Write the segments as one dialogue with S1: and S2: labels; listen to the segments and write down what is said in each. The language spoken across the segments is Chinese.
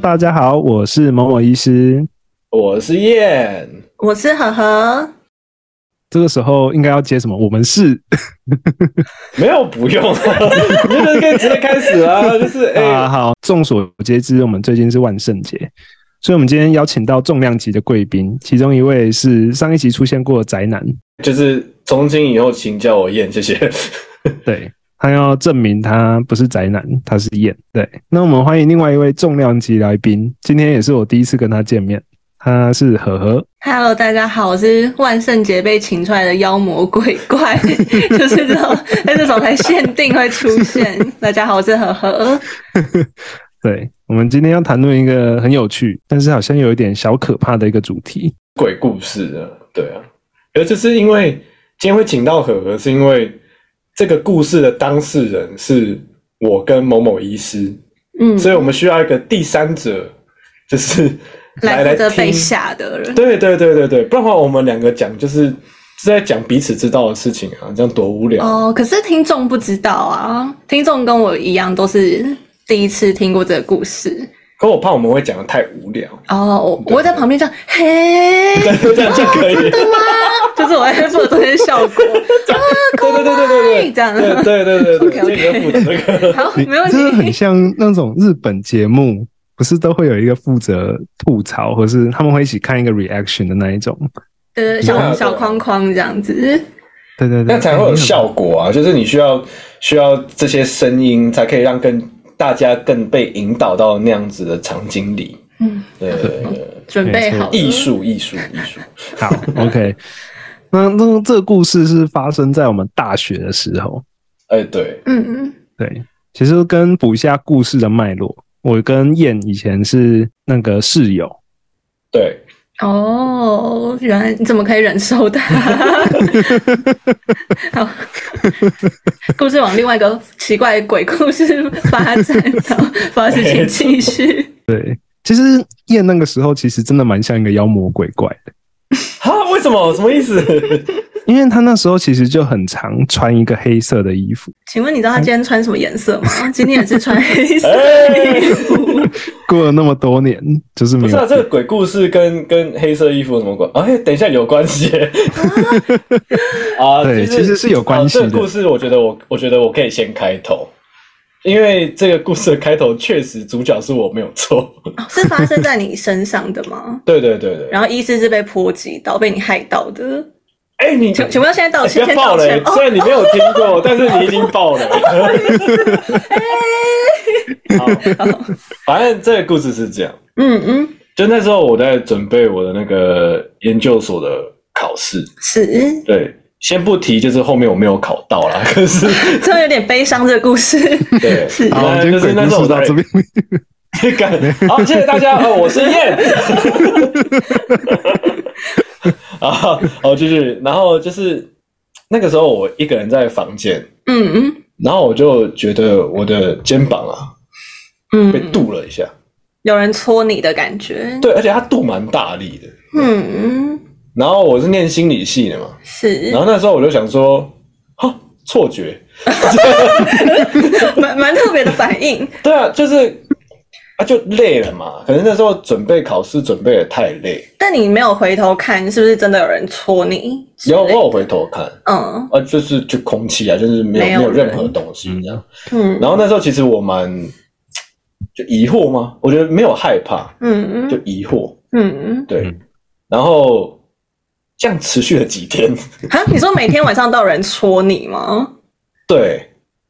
S1: 大家好，我是某某医师。
S2: 我是燕，
S3: 我是何何，
S1: 这个时候应该要接什么？我们是
S2: 没有不用，啊 你们可以直接开始啊，就是哎、
S1: 啊，好，众所皆知，我们最近是万圣节，所以我们今天邀请到重量级的贵宾，其中一位是上一集出现过的宅男，
S2: 就是从今以后请叫我燕，谢谢。
S1: 对他要证明他不是宅男，他是燕。对，那我们欢迎另外一位重量级来宾，今天也是我第一次跟他见面，他是何何。
S3: Hello，大家好，我是万圣节被请出来的妖魔鬼怪， 就是这种在这种才限定会出现。大家好，我是何何，
S1: 对，我们今天要谈论一个很有趣，但是好像有一点小可怕的一个主题。
S2: 鬼故事啊，对啊，而就是因为今天会请到和和，是因为这个故事的当事人是我跟某某医师，
S3: 嗯，
S2: 所以我们需要一个第三者，就是来
S3: 来负责
S2: 听
S3: 被吓的人，
S2: 对对对对对，不然的话我们两个讲就是是在讲彼此知道的事情啊，这样多无聊。
S3: 哦，可是听众不知道啊，听众跟我一样都是第一次听过这个故事。
S2: 可我怕我们会讲的太无聊，
S3: 哦，我
S2: 对
S3: 我会在旁边这样，嘿，
S2: 这样就可以。对
S3: 就是我在做这些效果，啊，
S2: 对对对对对，
S3: 这样
S2: 对对对对
S3: OK，OK
S2: 对，这个负责这个。
S3: 好，
S1: 你
S3: 没问
S1: 这很
S3: 题。
S1: 像那种日本节目，不是都会有一个负责吐槽，或是他们会一起看一个 reaction 的那一种。
S3: 对对，
S2: 对啊
S3: 小
S2: 对啊
S3: 小框框这样子。
S1: 对对对，
S2: 那才会有效果啊！就是你需要需要这些声音，才可以让更大家更被引导到那样子的场景里。
S3: 嗯，
S2: 对对对对对
S3: 准备好了
S2: 艺术艺术艺术，
S1: 好 OK。那那这个故事是发生在我们大学的时候，
S2: 哎，对，
S3: 嗯，
S1: 对，其实跟补一下故事的脉络。我跟燕以前是那个室友，
S2: 对，
S3: 哦，原来你怎么可以忍 受它？好，故事往另外一个奇怪的鬼故事发展，然后发事情继续。
S2: 哎
S1: 其实燕那个时候其实真的蛮像一个妖魔鬼怪的，
S2: 哈，为什么？什么意思？
S1: 因为他那时候其实就很常穿一个黑色的衣服，
S3: 请问你知道他今天穿什么颜色吗？ 今天也是穿黑色
S2: 哎
S3: 的衣服。
S1: 过了那么多年就是
S2: 不
S1: 没
S2: 是啊，
S1: 有
S2: 这个鬼故事跟跟黑色衣服有什么关？哎，等一下有关系。啊，
S1: 对
S2: 就
S1: 其实是有关系的
S2: 啊这个故事我觉得我我觉得我可以先开头，因为这个故事的开头确实主角是我没有错。
S3: 哦是发生在你身上的吗？
S2: 对对对对。
S3: 然后医师是被波及到，被你害到的。
S2: 哎、你
S3: 请请问要现在道
S2: 哎
S3: 歉？
S2: 先
S3: 先
S2: 爆
S3: 道
S2: 雷
S3: 歉，哦
S2: 虽然你没有听过，但是你已经爆雷。好，反正这个故事是这样，
S3: 嗯嗯，
S2: 就那时候我在准备我的那个研究所的考试，
S3: 是，
S2: 对，先不提，就是后面我没有考到啦。 可是，
S3: 真的有点悲伤这个故事。
S2: 对，
S3: 是
S1: 好，我
S2: 反
S1: 今
S2: 正就
S1: 天鬼
S2: 是那时候
S1: 故
S2: 我
S1: 事到
S2: 在
S1: 这边。
S2: 干好，谢谢大家，哦，我是燕。 啊，哦，就是，然后就是那个时候我一个人在房间，
S3: 嗯嗯
S2: 然后我就觉得我的肩膀啊被
S3: 嗯，
S2: 度了一下，
S3: 有人戳你的感觉。
S2: 对，而且它度蛮大力的。
S3: 嗯，
S2: 然后我是念心理系的嘛，
S3: 是
S2: 然后那时候我就想说，哈，错觉，
S3: 蛮蛮特别的反应。
S2: 对啊，就是啊，就累了嘛，可能那时候准备考试准备的太累，
S3: 但你没有回头看，是不是真的有人戳你？
S2: 然后我有回头看，
S3: 嗯
S2: 啊，就是就空气啊，就是没有
S3: 没
S2: 没
S3: 有
S2: 有任
S3: 人
S2: 何东西这样。
S3: 嗯
S2: 然后那时候其实我蛮就疑惑吗？我觉得没有害怕，
S3: 嗯
S2: 就
S3: 嗯
S2: 疑惑，
S3: 嗯
S2: 对
S1: 嗯，
S2: 然后这样持续了几天，
S3: 嗯。啊，你说每天晚上都有人戳你吗？
S2: 对。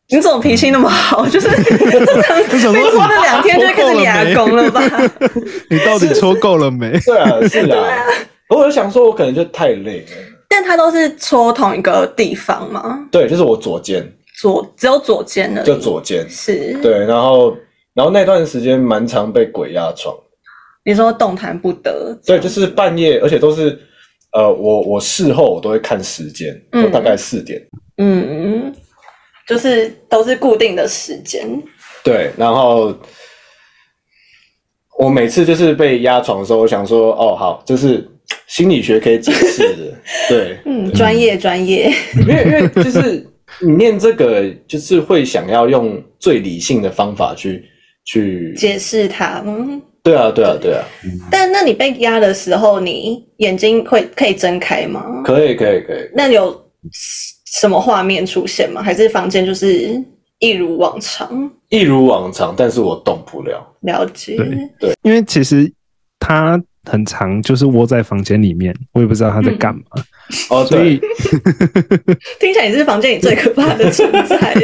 S3: 你怎么脾气那么 好？ 就是通常
S1: 就想说
S3: 被戳了两天就会开始牙弓了吧？
S1: 你到底戳够了没？
S2: 对啊，是啊。然后我就想说，我可能就太累了。
S3: 但他都是戳同一个地方吗？
S2: 对，就是我左肩，
S3: 左只有左肩而已。
S2: 就左肩。
S3: 是。
S2: 对，然后然后那段时间蛮常被鬼压床。
S3: 你说动弹不得。
S2: 对，就是半夜，而且都是呃，我我事后我都会看时间，
S3: 嗯
S2: 就大概四点。
S3: 嗯，就是都是固定的时间。
S2: 对，然后我每次就是被压床的时候，我想说，哦，好，这是心理学可以解释的， 对，
S3: 嗯，专业专业，
S2: 因为因为就是你念这个，就是会想要用最理性的方法去去，
S3: 解释它。嗯，
S2: 对啊，对啊，对啊，
S3: 但那你被压的时候，你眼睛会可以睁开吗？
S2: 可以，可以，可以，
S3: 那有什么画面出现吗？还是房间就是一如往常？
S2: 一如往常，但是我动不了。
S3: 了解，
S1: 对 因为其实他很长，就是窝在房间里面，我也不知道他在干嘛，
S2: 哦，
S1: 所以
S2: 对，
S3: 听起来你是房间里最可怕的存 在。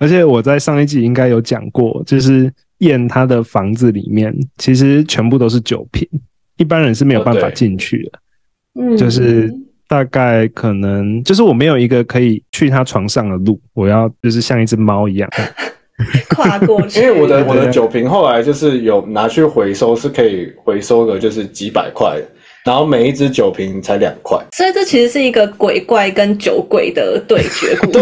S1: 而且我在上一季应该有讲过，就是燕他的房子里面其实全部都是酒瓶，一般人是没有办
S2: 哦
S1: 法
S2: 对
S1: 进去的，
S3: 嗯，
S1: 就是大概可能就是我没有一个可以去他床上的路，我要就是像一只猫一样，
S3: 跨过去，
S2: 因为我的我
S1: 对
S2: 的
S1: 对
S2: 酒瓶后来就是有拿去回收，是可以回收个就是几百块，然后每一只酒瓶才两块。
S3: 所以这其实是一个鬼怪跟酒鬼的对决故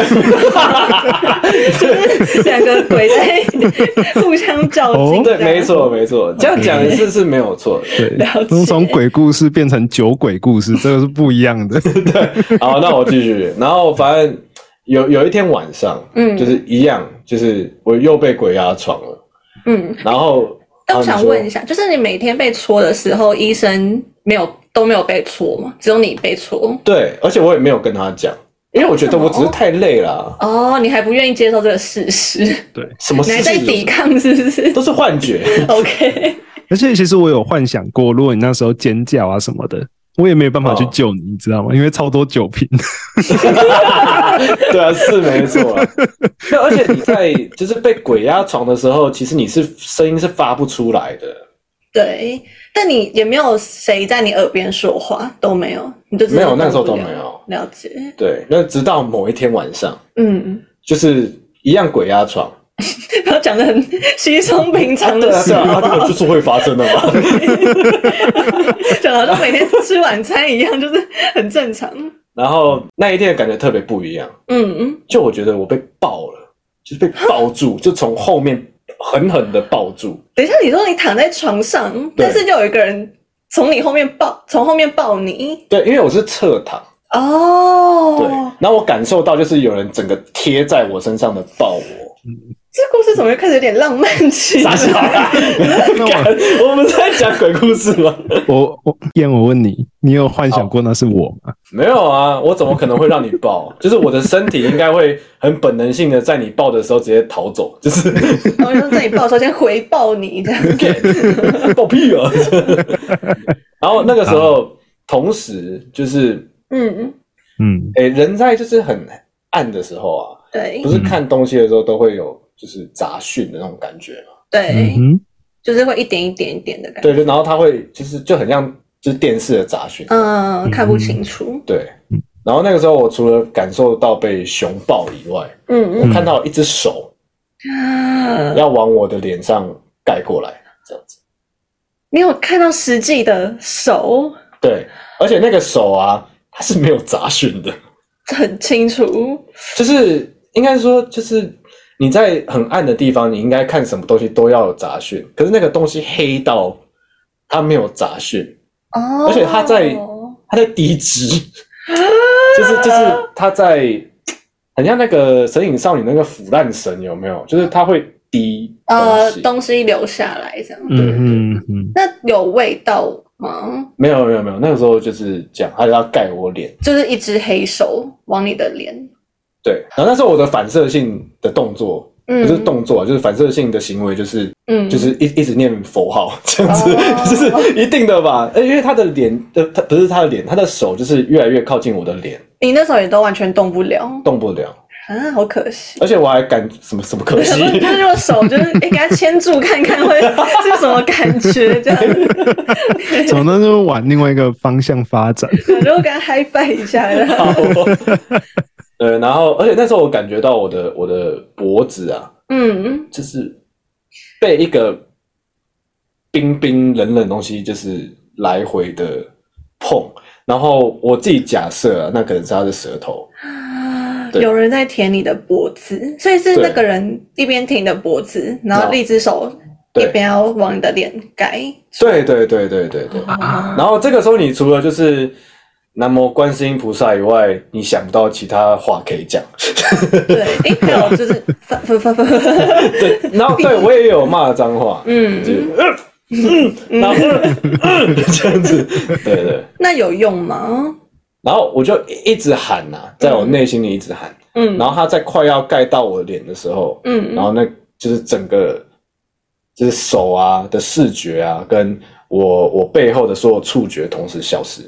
S3: 事，两个鬼在互相较劲、
S1: 哦嗯
S2: 对，没。错没错，这样讲是是没 有错的。
S1: 对
S3: 了解，
S1: 从鬼故事变成酒鬼故事，这个是不一样的。
S2: 好，那我继续。然后反正有有一天晚上，
S3: 嗯
S2: 就是一样，就是我又被鬼压床了。
S3: 嗯，
S2: 然后，
S3: 但我
S2: 啊
S3: 想
S2: 你说
S3: 问一下，就是你每天被戳的时候，医生没有都没有被戳吗？只有你被戳？
S2: 对，而且我也没有跟他讲，因为我觉得我只是太累了啊，
S3: 哦，你还不愿意接受这个事实，
S2: 什么
S3: 你还
S2: 事
S3: 在
S2: 情
S3: 抵抗是不是
S2: 都是幻觉。
S3: ？OK，
S1: 而且其实我有幻想过，如果你那时候尖叫啊什么的，我也没有办法去救你，你知道吗？因为超多酒瓶。
S2: 对啊，是没错 啊。那而且你在就是被鬼压床的时候，其实你是声音是发不出来的，
S3: 对，但你也没有谁在你耳边说话，都没有，你就只
S2: 没有
S3: 有
S2: 那时候都
S3: 动不
S2: 没
S3: 了。
S2: 有。
S3: 了解，
S2: 对，那直到某一天晚上，
S3: 嗯，
S2: 就是一样鬼压床，
S3: 然后讲的很稀松平常
S2: 对
S3: 的
S2: 啊，
S3: 事
S2: 对，啊啊，这个就是会发生的嘛。
S3: 讲的好像每天吃晚餐一样，就是很正常。
S2: 然后那一天的感觉特别不一样，
S3: 嗯，
S2: 就我觉得我被抱了，就是被抱住， 就从后面狠狠的抱住。
S3: 等一下，你说你躺在床上，
S2: 对
S3: 但是就有一个人从你后面抱，从后面抱你，
S2: 对，因为我是侧躺，
S3: 哦，
S2: 对，然后我感受到就是有人整个贴在我身上的抱我。
S3: 这故事怎么又开始有点浪漫起
S2: 傻
S3: 来？
S2: 小啦！干我们在讲鬼故事吗？
S1: 我我燕，我问你，你有幻想过那是我吗？
S2: 没有啊，我怎么可能会让你抱？ 就是我的身体应该会很本能性的在你抱的时候直接逃走，就是
S3: 然后就在你抱的时候先回抱你这样。
S2: 干抱屁啊！ 然后那个时候，同时就是
S3: 嗯，
S1: 嗯，
S2: 诶、人在就是很暗的时候啊，
S3: 对
S2: 不是看东西的时候都会有就是杂讯的那种感觉嘛？
S1: 嗯
S3: 对，
S1: 哼，
S3: 就是会一点一点一点的感觉，
S2: 对，就然后它会就是就很像就是电视的杂讯，
S3: 嗯，看不清楚。
S2: 对。然后那个时候，我除了感受到被熊抱以外，
S3: 嗯
S2: 我看到一只手
S3: 嗯啊，
S2: 要往我的脸上盖过来，这样子。
S3: 你有看到实际的手，
S2: 对，而且那个手啊，它是没有杂讯的，
S3: 很清楚。
S2: 就是应该说，就是你在很暗的地方，你应该看什么东西都要有杂讯，可是那个东西黑到它没有杂讯，
S3: 哦，
S2: 而且他在它在低值，
S3: 啊
S2: 就是就是它在，很像那个《神隐少女》那个腐烂神有没有？就是它会滴
S3: 呃
S2: 东西，
S3: 东西留下来这样，
S1: 嗯嗯嗯，
S3: 那有味道吗？
S2: 没有没有没有，那个时候就是讲，它要盖我脸。
S3: 就是一只黑手往你的脸，
S2: 对，然后那时候我的反射性的动作，
S3: 嗯
S2: 不是动作啊，就是反射性的行为，就是
S3: 嗯，
S2: 就是一一直念佛号这样子，
S3: 哦
S2: 就是一定的吧？呃因为他的脸，呃，他不是他的脸，他的手就是越来越靠近我的脸，
S3: 你那时候也都完全动不了
S2: 动不了，
S3: 啊，好可惜。
S2: 而且我还感什么什么可惜
S3: 想，说就是如果手就是哎、给他牵住看看会 是什么感觉这样，
S1: 怎么那就往另外一个方向发展？
S3: 对如果给他嗨翻一下，然后
S2: 呃，然后而且那时候我感觉到我的我的脖子啊，
S3: 嗯，
S2: 就是被一个冰冰冷冷的东西就是来回的碰，然后我自己假设啊，那可能是他的舌头，
S3: 啊
S2: 对
S3: 有人在舔你的脖子，所以是
S2: 对
S3: 那个人一边舔你的脖子，然
S2: 然后
S3: 后另一只手也
S2: 对
S3: 不要往你的脸盖。
S2: 对对对对对对。
S3: 哦
S2: 然后这个时候，你除了就是南无观世音菩萨以外，你想不到其他话可以讲。
S3: 对，哎，还有就是，发发发发
S2: 对，然后对我也有骂脏话，就
S3: 嗯，
S2: 是嗯嗯，然后嗯这样子，对对。
S3: 那有用吗？
S2: 然后我就一直喊呐、在我内心里一直喊。
S3: 嗯，
S2: 然后他在快要盖到我脸的时候，
S3: 嗯
S2: 然后那就是整个就是手啊的视觉啊，跟我我背后的所有触觉同时消失。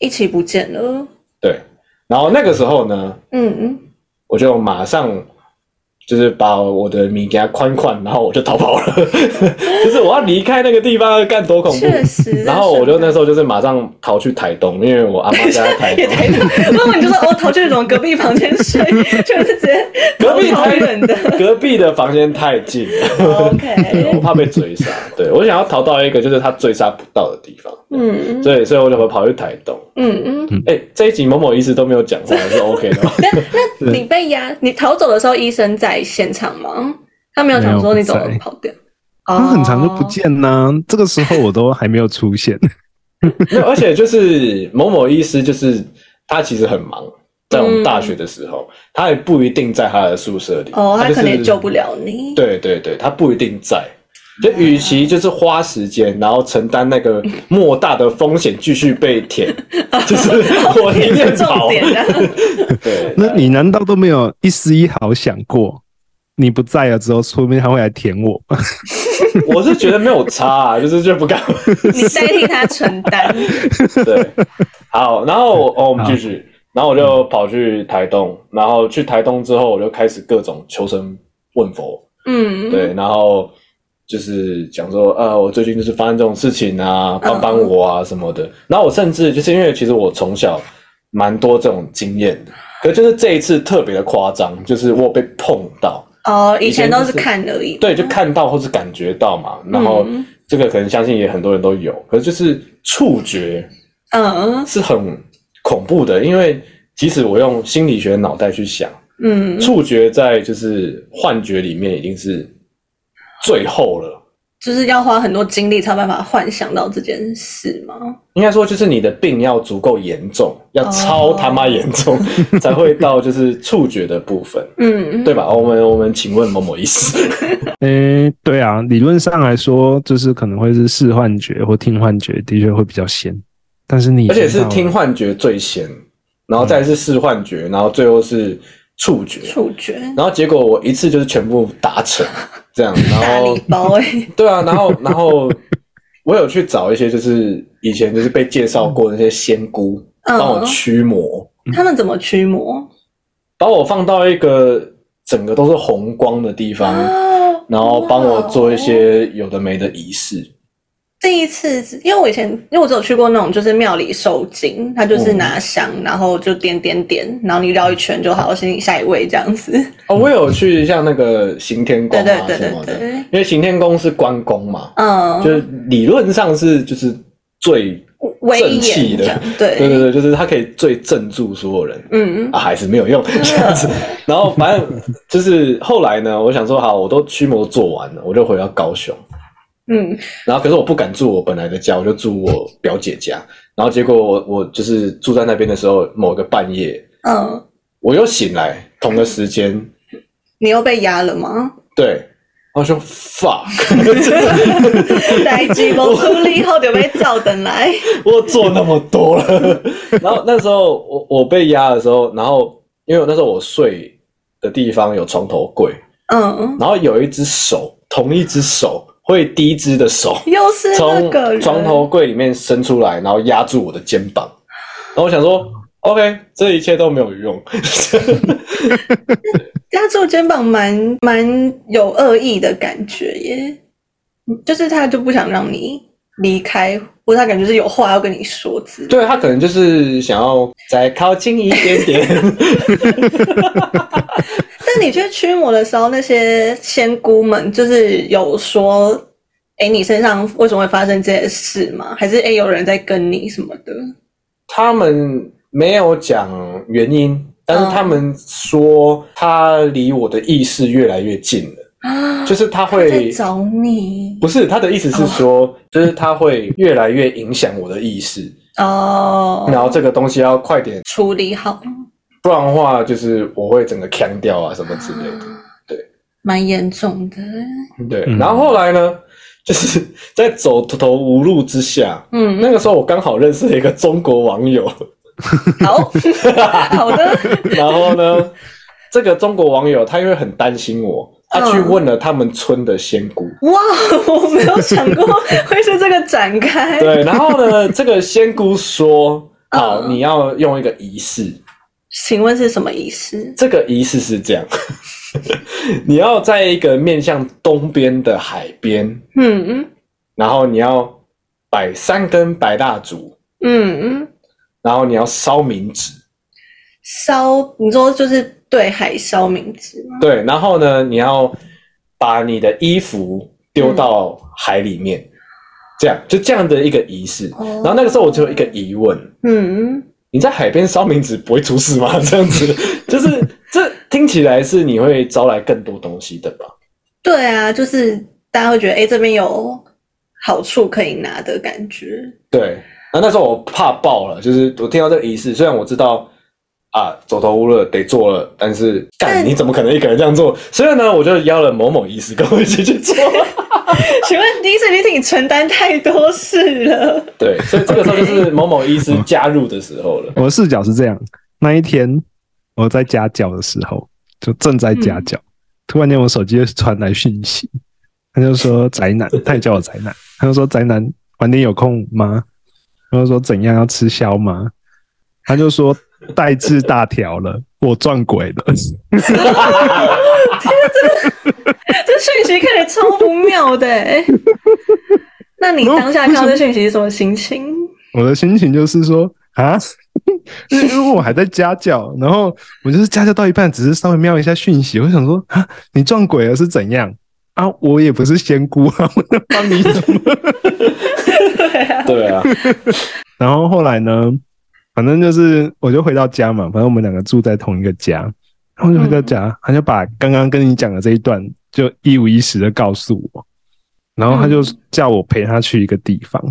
S3: 一起不见了。
S2: 对，然后那个时候呢，
S3: 嗯，
S2: 我就马上就是把我的米给它宽宽，然后我就逃跑了， 就是我要离开那个地方，干多恐怖！
S3: 确实。
S2: 然后我就那时候就是马上逃去台东，因为我阿妈家在台
S3: 也
S2: 东，
S3: 太 多，那我你就说哦，逃去什么隔壁房间 睡，就是直接
S2: 隔壁
S3: 逃
S2: 台
S3: 远的。
S2: 隔壁的房间太近了。
S3: 哦
S2: 对
S3: OK，
S2: 我怕被追杀，对我想要逃到一个就是他追杀不到的地方，
S3: 嗯
S2: 所以所以我就会跑去台东。
S3: 嗯嗯。
S2: 哎、这一集某某医师都没有讲话是 OK 的吗？
S3: 那那你被压，你逃走的时候，医生在现场吗？他没有想说你怎么
S1: 没有不在
S3: 跑掉，
S1: 他
S3: 哦
S1: 很长都不。见呐、这个时候我都还没有出现。
S2: 没有而且就是某某医师，就是他其实很忙，
S3: 嗯
S2: 在我们大学的时候，他也不一定在他的宿舍里。
S3: 哦，他
S2: 就
S3: 可
S2: 是
S3: 能也救不。了你。，
S2: 对对对，他不一定在。就与其就是花时间，然后承担那个莫大的风险，继续被 舔，就是我宁愿
S3: 重
S2: 跑。
S3: 点啊。
S2: 对，
S1: 那你难道都没有一丝一毫想过，你不在了之后，说不定他会来舔我？
S2: 我是觉得没有差、啊， 就是就不干。
S3: 你代替他承担。
S2: 对，好，然后我哦，我们继续，然后我就跑去台东，然后去台东之后，我就开始各种求神问佛，
S3: 嗯，
S2: 对，然后就是讲说，呃，我最近就是发生这种事情啊，
S3: 嗯
S2: 帮帮我啊什么的。然后我甚至就是因为其实我从小蛮多这种经验的，可就是这一次特别的夸张，就是我有被碰到，
S3: 哦，以前
S2: 以前
S3: 都
S2: 就是
S3: 是看而已。
S2: 对，就看到或是感觉到嘛，然后
S3: 嗯
S2: 这个可能相信也很多人都有，可是就是触觉。
S3: 嗯
S2: 是很恐怖的，因为即使我用心理学脑袋去想，
S3: 嗯，
S2: 触觉在就是幻觉里面已经是最后了。
S3: 就是要花很多精力才有办法幻想到这件事吗？
S2: 应该说，就是你的病要足够严重，
S1: 哦
S2: 要超他妈严 重才会到就是触觉的部分，
S3: 嗯，
S2: 对吧？我们我们请问某某医师，
S1: 诶、对啊，理论上来说，就是可能会是视幻觉或听幻觉，的确会比较先。但是你已
S2: 而且
S1: 经
S2: 是
S1: 到了嗯
S2: 听幻觉最先，然后再是视幻觉，然后最后是触觉，
S3: 触觉
S2: 然后结果我一次就是全部达 成这样，
S3: 大
S2: 然后
S3: 礼包哎，
S2: 对啊，然后然后 我有去找一些，就是以前就是被介绍过的那些仙姑，
S3: 嗯
S2: 帮我驱魔，
S3: 他们怎么驱魔？
S2: 把我放到一个整个都是红光的地方，
S1: 啊
S3: 哦
S2: 然后帮我做一。
S3: 哇哦
S2: 些有的没的仪式。
S3: 第一次，因为我以前因为我只有去过那种就是庙里收金，他就是拿香，
S2: 嗯
S3: 然后就点点点，然后你绕一圈就好，是下一位这样子。
S2: 哦，我有去像那个行天宫
S3: 对
S2: 啊
S3: 对对
S2: 什么
S3: 对
S2: 的，
S3: 对，
S2: 因为行天宫是关公嘛，
S3: 嗯，
S2: 就是理论上是就是最
S3: 威
S2: 正气
S3: 严这
S2: 的
S3: 样，，对
S2: 对对对，就是他可以最镇住所有人。
S3: 嗯
S2: 啊，还是没有 用这样子。然后反正就是后来呢，我想说好，我都驱魔做完了，我就回到高雄。
S3: 嗯
S2: 然后可是我不敢住我本来的家，我就住我表姐家。然后结果我我就是住在那边的时候，某个半夜
S3: 嗯，
S2: 我又醒来，同个时间，
S3: 你又被压了吗？
S2: 对，我说 fuck，
S3: 来鸡毛处理后就被照等来，
S2: 我做那么多了。 然后那时候我我被压的时候，然后因为我那时候我睡的地方有床头柜，
S3: 嗯，
S2: 然后有一只手，同一只手会低只的手。
S3: 又是那
S2: 从
S3: 个人
S2: 床头柜里面伸出来，然后压住我的肩膀，然后我想说，OK，这一切都没有用，
S3: 压住肩膀蛮蛮有恶意的感觉耶，就是他就不想让你离开，或者他感觉是有话要跟你说之类的。
S2: 对他可能就是想要再靠近一点点，
S3: 但你去驱魔的时候，那些仙姑们就是有说，哎、你身上为什么会发生这些事吗？还是哎、诶有人在跟你什么的？
S2: 他们没有讲原因，但是
S3: 嗯
S2: 他们说他离我的意识越来越近了，
S3: 啊，
S2: 就是他
S3: 他在
S2: 会
S3: 找哦你
S2: 不是他的意思是说，就是他会越来越影响我的意识，
S3: 哦，
S2: 然后这个东西要快点，
S3: 处理好，
S2: 不然的话就是我会整个腔掉啊什么之类的。对，
S3: 蛮严重的，
S2: 对，
S1: 嗯
S2: 然后后来呢，就是在走投无路之下，
S3: 嗯，
S2: 那个时候我刚好认识了一个中国网友，
S3: 好 好的，
S2: 然后呢，这个中国网友他因为很担心我，他去问了他们村的仙姑。
S3: 哇，我没有想过会是这个展开，
S2: 对，然后呢，这个仙姑说：“
S3: 嗯
S2: 好，你要用一个仪式。
S3: 请问是什么意思？
S2: 这个仪式是这样， 你要在一个面向东边的海边，
S3: 嗯
S2: 然后你要摆三根白蜡烛，
S3: 嗯，
S2: 然后你要烧冥纸。
S3: 烧，你说就是对海烧名字吗？
S2: 对，然后呢，你要把你的衣服丢到海里面，这样就这样的一个仪式。
S3: 哦
S2: 然后那个时候我就有一个疑问：
S3: 嗯，
S2: 你在海边烧冥纸不会出事吗？这样子， 就是这听起来是你会招来更多东西的吧？
S3: 对啊，就是大家会觉得，哎、这边有好处可以拿的感觉，
S2: 对，那那时候我怕爆了，就是我听到这个仪式，虽然我知道啊走投无路了得做了，但是干
S3: 但
S2: 你怎么可能一个人这样做？所以呢，我就邀了某某医师跟我一起去做。
S3: 请问第一次 meeting 你承担太多事了，
S2: 对，所以这个时候就是某某医师加入的时候了。
S1: 我的视角是这样：那一天我在夹脚的时候，就正在夹脚，突然间我手机就传来讯息，他就说宅男，他也叫我宅男，他就说宅男晚点有空吗？他就说怎样要吃宵吗？他就说带至大条了，我撞鬼了。
S3: 这讯息看起来超不妙的、 欸。那你当下看到这讯息是什么心情？
S1: 我的心情就是说啊， 因为因为我还在家教，然后我就是家教到一半，只是稍微瞄一下讯息，我就想说啊，你撞鬼了是怎样啊？我也不是仙姑啊，我能帮你怎么？
S3: 对啊，
S2: 对啊，
S1: 然后后来呢，反正就是我就回到家嘛，反正我们两个住在同一个家，然后我就回到家，他就把刚刚跟你讲的这一段就一五一十的告诉我，然后他就叫我陪他去一个地方。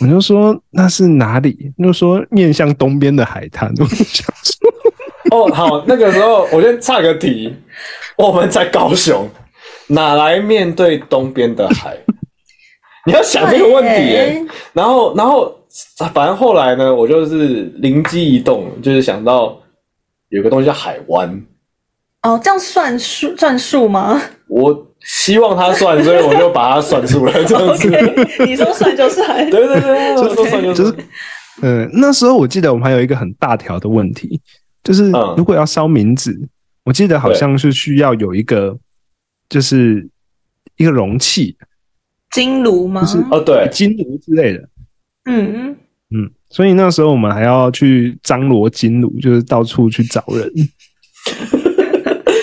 S1: 我就说那是哪里？他就说面向东边的海滩。 我就想说，
S2: 哦，好，那个时候我先岔个题，我们在高雄，哪来面对东边的海？你要想这个问题、欸。然后，然后，反正后来呢，我就是灵机一动，就是想到有个东西叫海湾，
S3: 哦，这样算数算 数吗
S2: 我希望它算，所以我就把它算出来，这样子。
S3: ？OK，你说算就算。
S2: 对对对，我说 算就
S1: 就是是，嗯，那时候我记得我们还有一个很大条的问题，就是
S2: 嗯
S1: 如果要烧冥纸，我记得好像是需要有一个，就是一个容器，
S3: 金炉吗？
S1: 就是
S2: 哦，对，
S1: 金炉之类的。
S3: 嗯，
S1: 嗯，所以那时候我们还要去张罗金炉，就是到处去找人。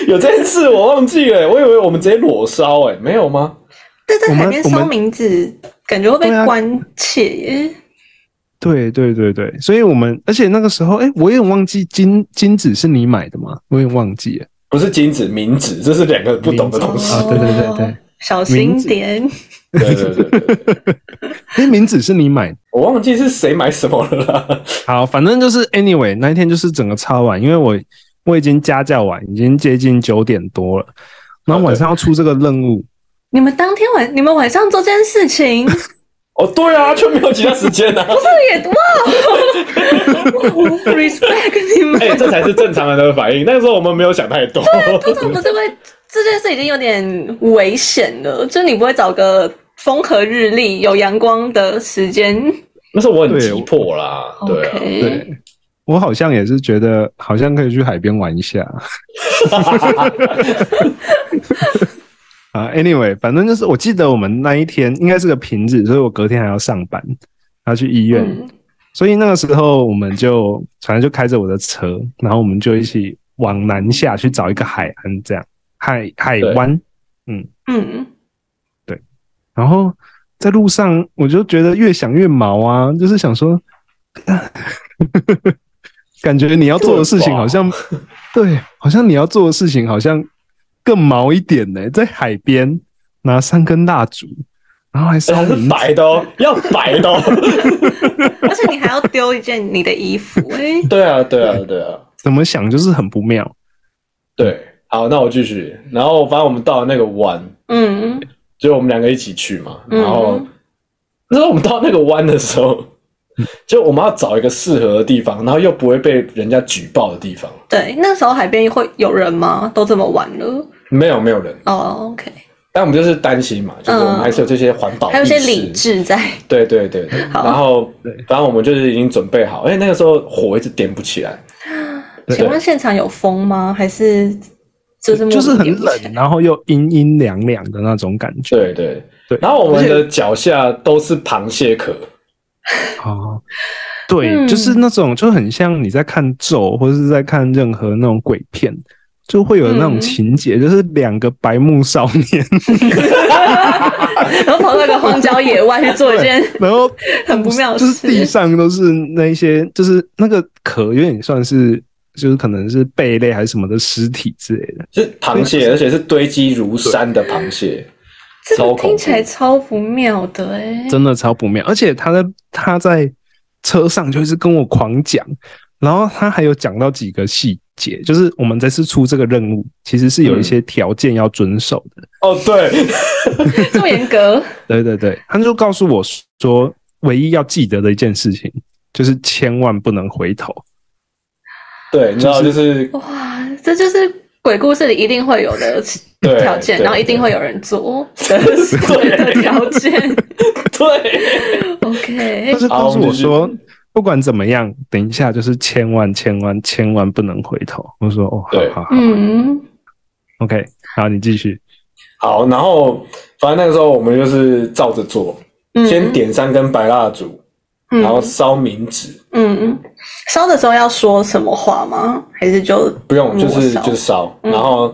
S2: 有这件事我忘记了，我以为我们直接裸烧，哎，没有吗？
S3: 但在
S1: 我们
S3: 海边
S1: 我们
S3: 烧名字，感觉会被
S1: 对啊
S3: 关切耶。
S1: 对对对对，所以我们而且那个时候，哎、我有点忘记金金纸是你买的吗？我有点忘记了。
S2: 不是金子、冥纸，这是两个不同的东西。
S1: 啊对对对对
S3: 哦，小心点。
S2: 对对对对，对
S1: 哎、冥纸是你买的。
S2: 我忘记是谁买什么了啦。
S1: 好，反正就是 anyway，那一天就是整个超晚，因为我我已经家教完，已经接近九点多了，然后晚上要出这个任务，
S3: 你们当天晚，你们晚上做这件事 情，
S2: 哦，对啊，就没有其他时间啊。
S3: 这也哇哇，respect 你 们
S2: 哎、。这才是正常人的反应。那个时候我们没有想太多。
S3: 通常不是会这件事已经有点危险了，就是你不会找个风和日丽、有阳光的时间。
S2: 那时候我很急迫啦，对啊。
S3: OK，
S1: 对我好像也是觉得好像可以去海边玩一下。啊，anyway，反正就是我记得我们那一天应该是个平日，所以我隔天还要上班，还要去医院，
S3: 嗯
S1: 所以那个时候我们就反正就开着我的车，然后我们就一起往南下去找一个海岸，这样海海湾。
S3: 嗯，
S1: 然后在路上我就觉得越想越毛啊，就是想说， 感觉你要做的事情好像，对，好像你要做的事情好像更毛一点呢、在海边拿三根蜡烛，然后还烧
S2: 还
S1: 冥
S2: 是
S1: 纸
S2: 白的哦，要白的 哦。
S3: 而且你还要丢一件你的衣服，哎、
S2: 对啊，对啊，对啊，
S1: 怎么想就是很不妙。
S2: 对。好，那我继续。然后反正我们到了那个湾，
S3: 嗯，
S2: 就我们两个一起去嘛。
S3: 嗯
S2: 然后，那时候我们到那个湾的时候， 就我们要找一个适合的地方，然后又不会被人家举报的地方。
S3: 对，那时候海边会有人吗？都这么晚了，
S2: 没有，没有人。
S3: 哦，OK、
S2: 但我们就是担心嘛，就是我们还是有这些环保、
S3: o k
S2: 意
S3: 嗯还有一些
S2: 识
S3: 理智在，
S2: 对对对对，
S3: 好
S2: 然后
S1: 对
S2: 反正我们就是已经准备好，哎，那个时候火一直点不起来，对
S3: 请问现场有风吗？还是就是莫名
S1: 就是很
S3: 有风
S1: 冷，然后又阴阴凉凉的那种感觉。
S2: 对对
S1: 对
S2: 然后我们的脚下都是螃蟹壳，
S1: 哦，对，
S3: 嗯
S1: 就是那种，就很像你在看咒，或者是在看任何那种鬼片，就会有那种
S3: 嗯
S1: 情节，就是两个白目少年，
S2: 啊
S3: 然后跑到一个荒郊野外去做一件
S1: 然后
S3: 很不妙的
S1: 就是地
S3: 事。
S1: 上都是那一些，就是那个壳有点算是，就是可能是贝类还是什么的尸体之类的。
S2: 是螃蟹，而且是堆积如山的螃蟹，
S3: 这
S2: 超
S3: 个
S2: 恐怖
S3: 听起来超不妙的哎、
S1: 真的超不妙。而且他在他在车上就一直跟我狂讲，然后他还有讲到几个细节，就是我们这次出这个任务，其实是有
S3: 嗯
S1: 一些条件要遵守的。
S2: 哦对，
S3: 这么严格，
S1: 对对对，他就告诉我说，唯一要记得的一件事情就是千万不能回头。
S2: 对，你知道就是
S3: 哇，这就是鬼故事里一定会有的
S2: 对
S3: 条件，
S2: 对
S3: 然后一定会有人做的 的条 件。
S2: 对，
S3: OK，
S1: 他是告诉我
S2: 好我
S1: 说
S2: 们继，
S1: 不管怎么样，等一下就是千万千万千万不能回头。我说哦，
S2: 对
S1: 好好好、
S3: 嗯，
S1: o k 好，你继续。
S2: 好，然后反正那个时候我们就是照着做，
S3: 嗯
S2: 先，点三根白蜡烛，
S3: 嗯
S2: 然后烧冥纸，
S3: 嗯，烧的时候要说什么话吗？还是就
S2: 不用，就
S3: 默
S2: 是
S3: 烧
S2: 就是烧，
S3: 嗯
S2: 然后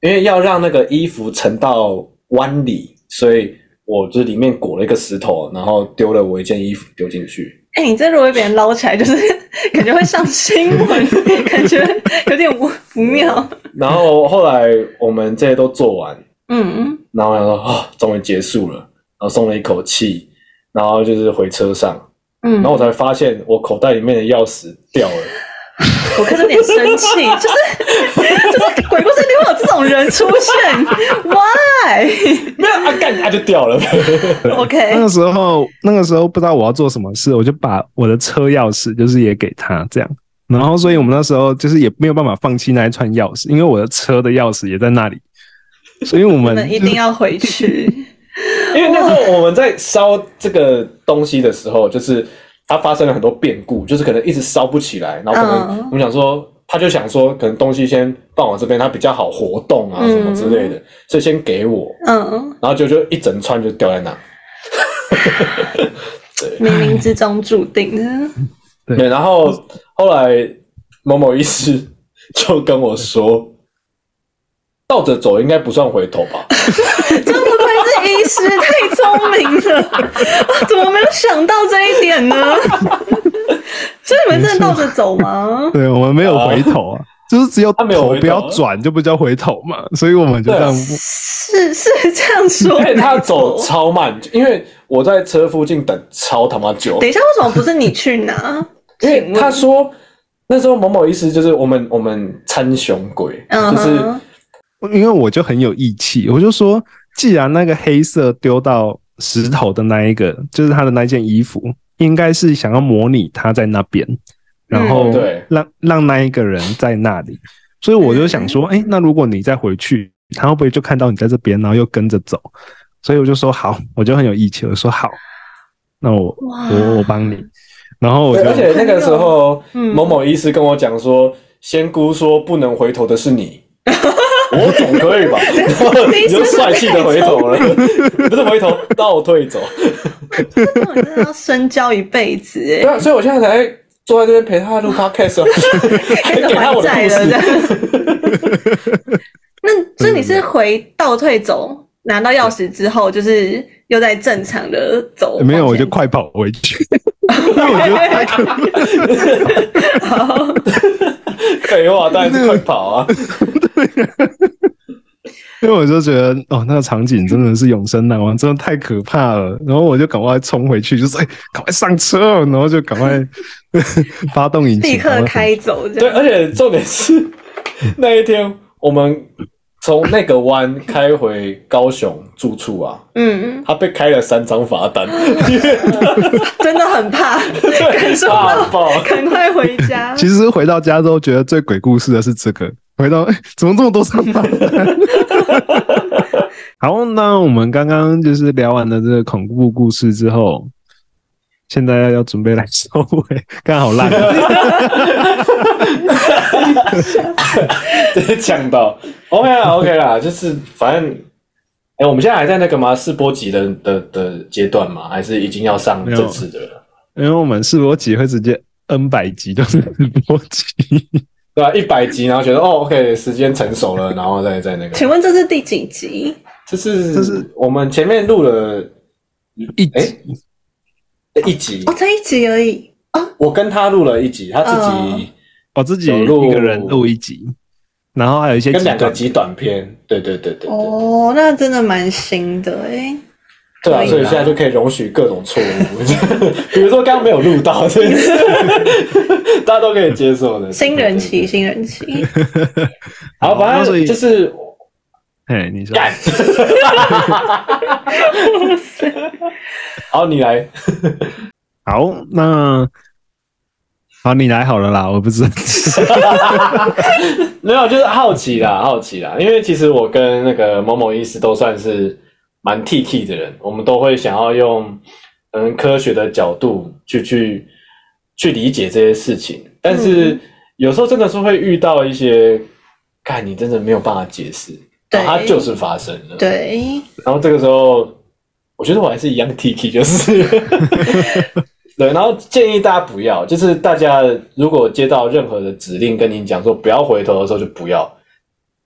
S2: 因为要让那个衣服沉到湾里，所以我就是里面裹了一个石头，然后丢了我一件衣服丢进去。
S3: 哎、你这如果被别人捞起来，就是 感觉会上新闻， 感觉有点不不妙。
S2: 然后后来我们这些都做完，
S3: 嗯，
S2: 然后我想说哦，终于结束了，然后松了一口气，然后就是回车上，
S3: 嗯，
S2: 然后我才发现我口袋里面的钥匙掉 了。
S3: 我看着有点生 气，就是就是鬼故事里会有这种人出现，Why？OK，、
S2: 没有啊，干啊就掉了。
S3: 哎
S1: 那个时候，那个时候不知道我要做什么事，我就把我的车钥匙就是也给他这样。然后，所以我们那时候就是也没有办法放弃那一串钥匙，因为我的车的钥匙也在那里，所以我
S3: 我
S1: 们
S3: 们一定要回去。
S2: 因为那时候我们在烧这个东西的时候，就是它发生了很多变故，就是可能一直烧不起来，然后可能
S3: 嗯
S2: 我们想说，他就想说，可能东西先放我这边，它比较好活动啊
S3: 嗯
S2: 什么之类的，所以先给我，
S3: 嗯，
S2: 然后就就一整串就掉在那。
S3: 冥冥之中注定的。
S1: 对
S3: 嗯
S2: 对，然后后来某某医师就跟我说，倒着走应该不算回头 吧？
S3: 这不愧是医师，太聪明了，啊怎么没有想到这一点呢？ 所以你们真的倒着走吗？
S1: 对我们没有回头啊，就是只有
S2: 哦他没有
S1: 头
S2: 回头
S1: 不要转就不叫回头嘛，所以我们就这样
S3: 是是这样说
S2: 而且
S3: 没
S2: 哎他
S3: 错
S2: 走超慢，因为我在车附近等超他妈久。
S3: 等一下，为什么不是你去拿？
S2: 因为
S3: 请 问
S2: 他说那时候某某意思就是我们我们参雄鬼，
S3: 嗯
S2: 就是
S3: 哼
S1: 因为我就很有义气，我就说，既然那个黑色丢到石头的那一个，就是他的那件衣服，应该是想要模拟他在那边，然后
S3: 嗯
S2: 对
S1: 让、让那一个人在那里，所以我就想说，
S2: 嗯
S1: 哎、那如果你再回去，他会不会就看到你在这边，然后又跟着走？所以我就说好，我就很有义气，我说好，那我
S3: 哇
S1: 我我帮你，然后我
S2: 对
S1: 就
S2: 而且那个时候
S3: 嗯
S2: 某某医师跟我讲说，仙姑说不能回头的是你。 我总可以吧，然后你 就帅气的回头了，不是回头倒退走。
S3: 这种人真的要深交一辈子
S2: 对啊，所以我现在才坐在这边陪他录 podcast，啊
S3: 哎，
S2: 还 给他
S3: 还
S2: 我的
S3: 债
S2: 故
S3: 了这
S2: 事。
S3: 样 那所以你是回倒退走，拿到钥匙之后，就是又在正常的走？
S1: 哎没有，
S3: 往
S1: 我就
S3: 前
S1: 快跑回去， 因为我觉得 太可怕
S2: 废话，当然是快跑啊！
S1: 因为我就觉得哦，那个场景真的是永生难忘，真的太可怕了。然后我就赶快冲回去，就是哎， 赶快上车，然后就赶快 发动引擎，
S3: 立刻开走这
S2: 对，呃而
S3: 样。
S2: 且重点是那一天我们从那个湾开回高雄住处啊，
S3: 嗯，
S2: 他被开了三张罚单，
S3: 真的 很怕，感受
S2: 大
S3: 到，
S2: 爆。
S3: 赶快回家。
S1: 其实回到家之后，觉得最鬼故事的是这个。回到、哎怎么这么多上班？ 好，那我们刚刚就是聊完了这个恐怖故事之后，现在要准备来收尾，刚好烂啊。
S2: 直接呛到。OK 啦，OK 啦，就是反正，哎、我们现在还在那个吗？试播集的的的阶段吗？还是已经要上正式的了？
S1: 因为我们试播集会直接 N 百集都是试播集，
S2: 对啊，一百集，然后觉得哦，OK，时间成熟了，然后再再那
S3: 请
S2: 个。
S3: 问这是第几集？
S2: 这是
S1: 这是
S2: 我们前面录了
S1: 一集
S2: 哎、一集
S3: 哦，，才一集而已。
S2: 我跟他录了一集，他自
S3: 嗯
S2: 己
S1: 我哦自己一个人录一集，然后还有一些
S2: 跟两个
S1: 集
S2: 集短片，对对对对对，
S3: 哦，那真的蛮新的哎、
S2: 对啊，
S3: 可以
S2: 所以
S3: 啦
S2: 现在就可以容许各种错误，比如说刚刚没有录到，这件事大家都可以接受的。
S3: 新人
S2: 对对对
S3: 期，新人期。
S2: 好，反
S1: 所
S2: 正
S1: 以
S2: 就是
S1: 短，哎，你说，
S2: 干。 好，你来。
S1: 好，那好，你来好了啦，我不知道。
S2: 没有，就是好奇啦，好奇啦，因为其实我跟那个某某医师都算是蛮 T T 的人，我们都会想要用嗯科学的角度去去去理解这些事情，但是有时候真的是会遇到一些，看你真的没有办法解释，
S3: 对
S2: 然后它就是发生了，
S3: 对，
S2: 然后这个时候，我觉得我还是一样 Tiki，就是 对。然后建议大家不要，就是大家如果接到任何的指令跟你讲说不要回头的时候，就不要。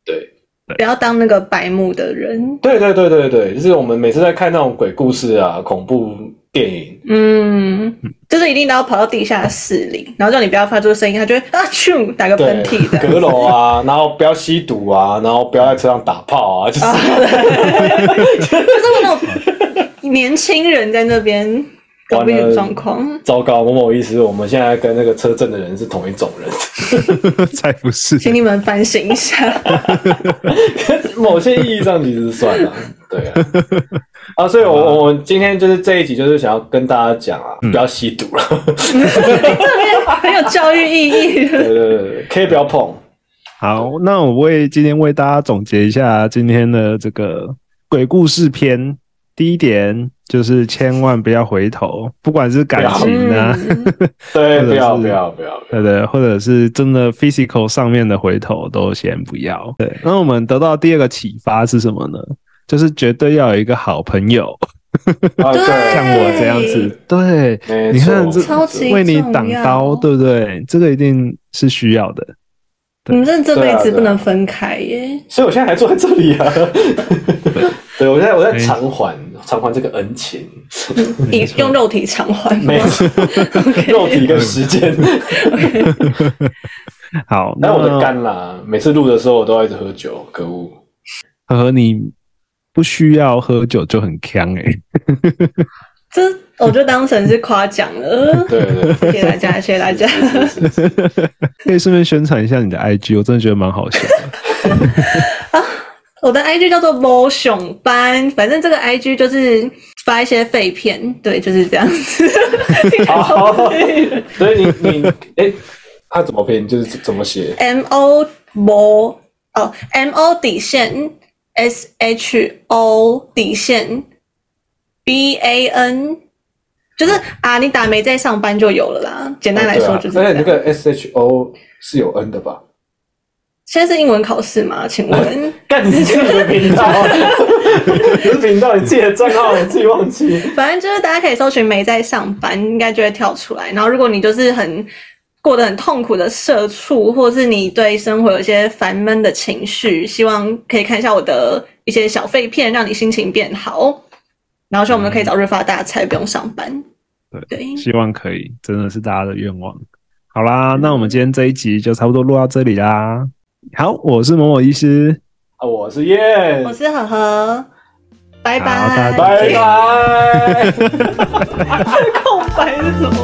S2: 对，
S3: 不要当那个白目的人。
S2: 对对对对对，就是我们每次在看那种鬼故事啊、恐怖电影，
S3: 嗯，就是一定都要跑到地下室里，然后叫你不要发出声音，他就会啊咻打个
S2: 对
S3: 喷嚏，的。
S2: 阁楼啊， 然后不要吸毒啊，然后不要在车上打炮啊，就是、
S3: 就是那种年轻人在那边搞不点状况。
S2: 糟糕。某某意思，我们现在跟那个车震的人是同一种人。
S1: 才不是，
S3: 请你们反省 一下，
S2: 某些意义上其实算 了，对啊。啊，所以我，我们今天就是这一集，就是想要跟大家讲啊，
S1: 嗯
S2: 不要吸毒了，
S3: 很有教育意
S2: 对
S3: 义。
S2: 对对对，可以不要碰。
S1: 好，那我为今天为大家总结一下今天的这个鬼故事篇。第一点就是千万不要回头，不管是感情啊，
S3: 嗯，
S2: 对，
S1: 或者是
S2: 不要不要不要，不要
S1: 对对，或者是真的 physical 上面的回头都先不要。对，那我们得到第二个启发是什么呢？就是绝对要有一个好朋友，
S2: 啊，
S3: 对
S1: 像我这样子。对，
S2: 没错
S1: 你看这
S3: 超级
S1: 为你挡
S3: 重要
S1: 刀，对不对？这个一定是需要的。
S3: 你们真的这辈子不能分开耶。
S2: 所以我现在还坐在这里 啊。对，我现在我在偿还偿还这个恩情，啊
S3: 以用肉体偿还吗
S2: 没错， 肉体跟时间，
S1: 好，
S2: 还
S1: 那
S2: 有我的肝啦。每次录的时候，我都要一直喝酒，可恶。
S1: 和你不需要喝酒就很强哎、欸，
S3: 这我就当成是夸奖 了。
S2: 对对，对
S3: 谢谢大家，谢谢 大家。
S2: 是是是是
S1: 可以顺便宣传一下你的 IG，我真的觉得蛮好笑的。
S3: 我的 IG 叫做猫熊班，反正这个 IG 就是发一些废片，对，就是这样子。
S2: 好，哦所 以你你哎、他怎么拼？就是怎么写？
S3: M O 魔哦，M O 底线 S H O 底线 B A N，就是啊，你打没在上班就有了啦。简单来说就是这
S2: 哦啊而且那
S3: 样。
S2: 个 S H O 是有 N 的吧？，
S3: 现在是英文考试吗？请问
S2: 干你自己的频 道，你的频道你自己的账号你自己忘记。
S3: 反正就是大家可以搜寻没在上班，应该就会跳出来。然后如果你就是很过得很痛苦的社畜，或是你对生活有一些烦闷的情绪，希望可以看一下我的一些小废片，让你心情变好。然后希望我们可以早日发大财，不用上班。
S1: 对
S3: 对，
S1: 希望可以，真的是大家的愿望。好啦，那我们今天这一集就差不多录到这里啦。好，我是某某医师，
S2: 啊，我是燕
S3: 我，是呵呵，嗯拜
S1: 好拜
S3: 拜，
S2: 拜拜。
S3: 空白是什么？